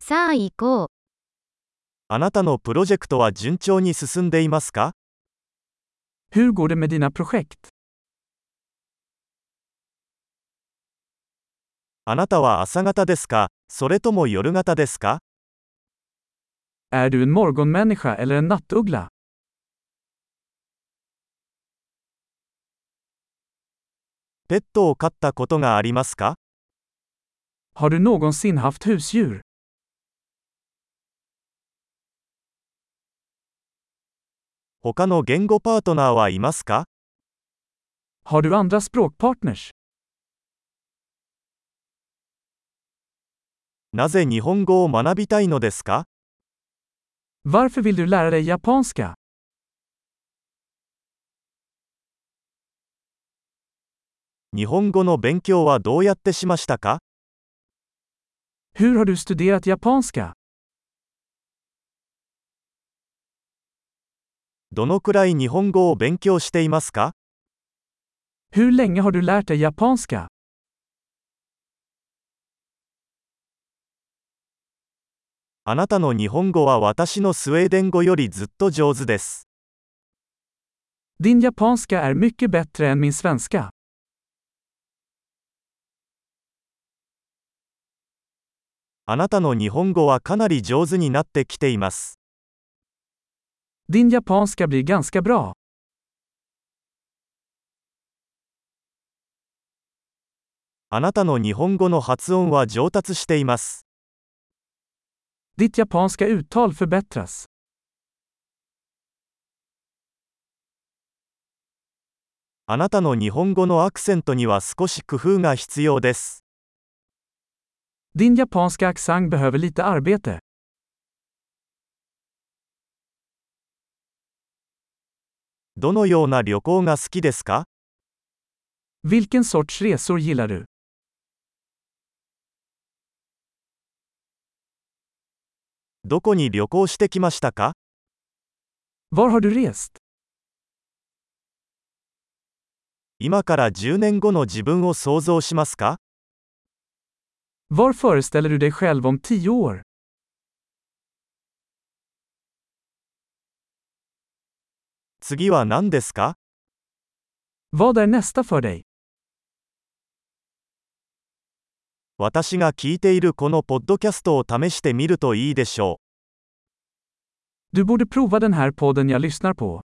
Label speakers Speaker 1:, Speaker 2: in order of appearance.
Speaker 1: さあ行こう。
Speaker 2: あなたのプロジェクトは順調に進んでいますか
Speaker 3: Hur går det med dina projekt?
Speaker 2: あなたは朝方ですかそれとも夜型ですか
Speaker 3: Är du en morgonmänniska eller en nattuggla?
Speaker 2: ペットを飼ったことがありますか
Speaker 3: Har du någonsin haft husdjur?
Speaker 2: 他の言語パートナーはいますか
Speaker 3: Har du andra språkpartners?
Speaker 2: なぜ日本語を学びたいのですか
Speaker 3: Varför vill du lära dig japanska?
Speaker 2: 日本語の勉強はどうやってしましたか
Speaker 3: Hur har du studerat japanska?
Speaker 2: どのくらい日本語を勉強していますか
Speaker 3: Hur länge har du lärt dig japanska?
Speaker 2: あなたの日本語は私のスウェーデン語よりずっと上手です。
Speaker 3: Din japanska är mycket bättre än min svenska.
Speaker 2: あなたの日本語はかなり上手になってきています。
Speaker 3: Din japanska blir ganska bra.
Speaker 2: あなたの日本語の発音は上達しています。
Speaker 3: Ditt japanska uttal förbättras.
Speaker 2: あなたの日本語のアクセントには少し工夫が必要です。
Speaker 3: Din japanska accent behöver lite arbete.
Speaker 2: どのような旅行が好きですか
Speaker 3: Vilken sorts resor gillar du?
Speaker 2: どこに旅行してきましたか
Speaker 3: Var har du rest?
Speaker 2: 今から10年後の自分を想像しますか
Speaker 3: Var föreställer du dig själv om tio år?
Speaker 2: 次は何ですか
Speaker 3: Vad är nästa för dig?
Speaker 2: 私が聞いているこのポッドキャストを試してみるといいでしょう。
Speaker 3: Du borde prova den här podden jag lyssnar på.